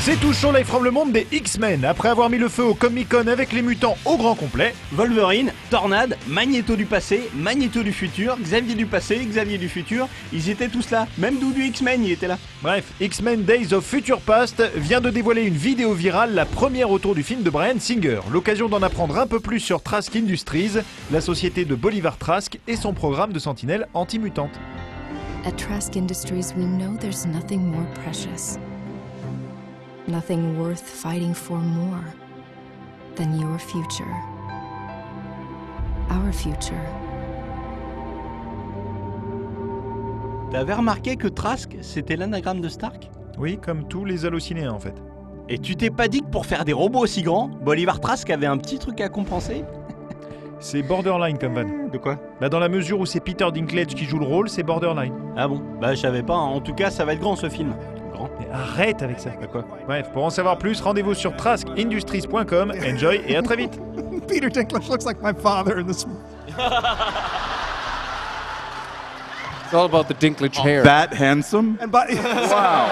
C'est tout chaud live from le monde des X-Men. Après avoir mis le feu au Comic Con avec les mutants au grand complet, Wolverine, Tornade, Magneto du passé, Magneto du futur, Xavier du passé, Xavier du futur, ils étaient tous là. Même Doudou X-Men, il était là. bref, X-Men Days of Future Past vient de dévoiler une vidéo virale, la première autour du film de Brian Singer. L'occasion d'en apprendre un peu plus sur Trask Industries, la société de Bolivar Trask et son programme de sentinelle anti-mutante. At Trask Industries, we know there's nothing more precious, nothing worth fighting for more than your future. Our future. T'avais remarqué que Trask, c'était l'anagramme de Stark Oui, comme tous les hallucinés en fait. Et tu t'es pas dit que pour faire des robots aussi grands, Bolivar Trask avait un petit truc à compenser C'est borderline comme van. De quoi Bah dans la mesure où c'est Peter Dinklage qui joue le rôle, c'est borderline. Ah bon Bah je savais pas, hein. en tout cas ça va être grand ce film. Grand Mais arrête avec ça. Bah quoi Bref, pour en savoir plus, rendez-vous sur traskindustries.com. Enjoy et à très vite. Peter Dinklage looks like my father in this. It's all about the Dinklage hair. That handsome? And by, Wow.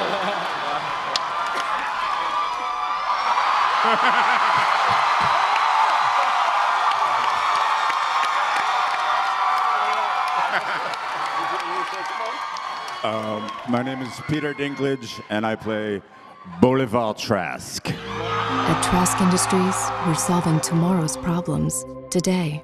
Um, my name is Peter Dinklage, and I play Bolivar Trask. At Trask Industries, we're solving tomorrow's problems today.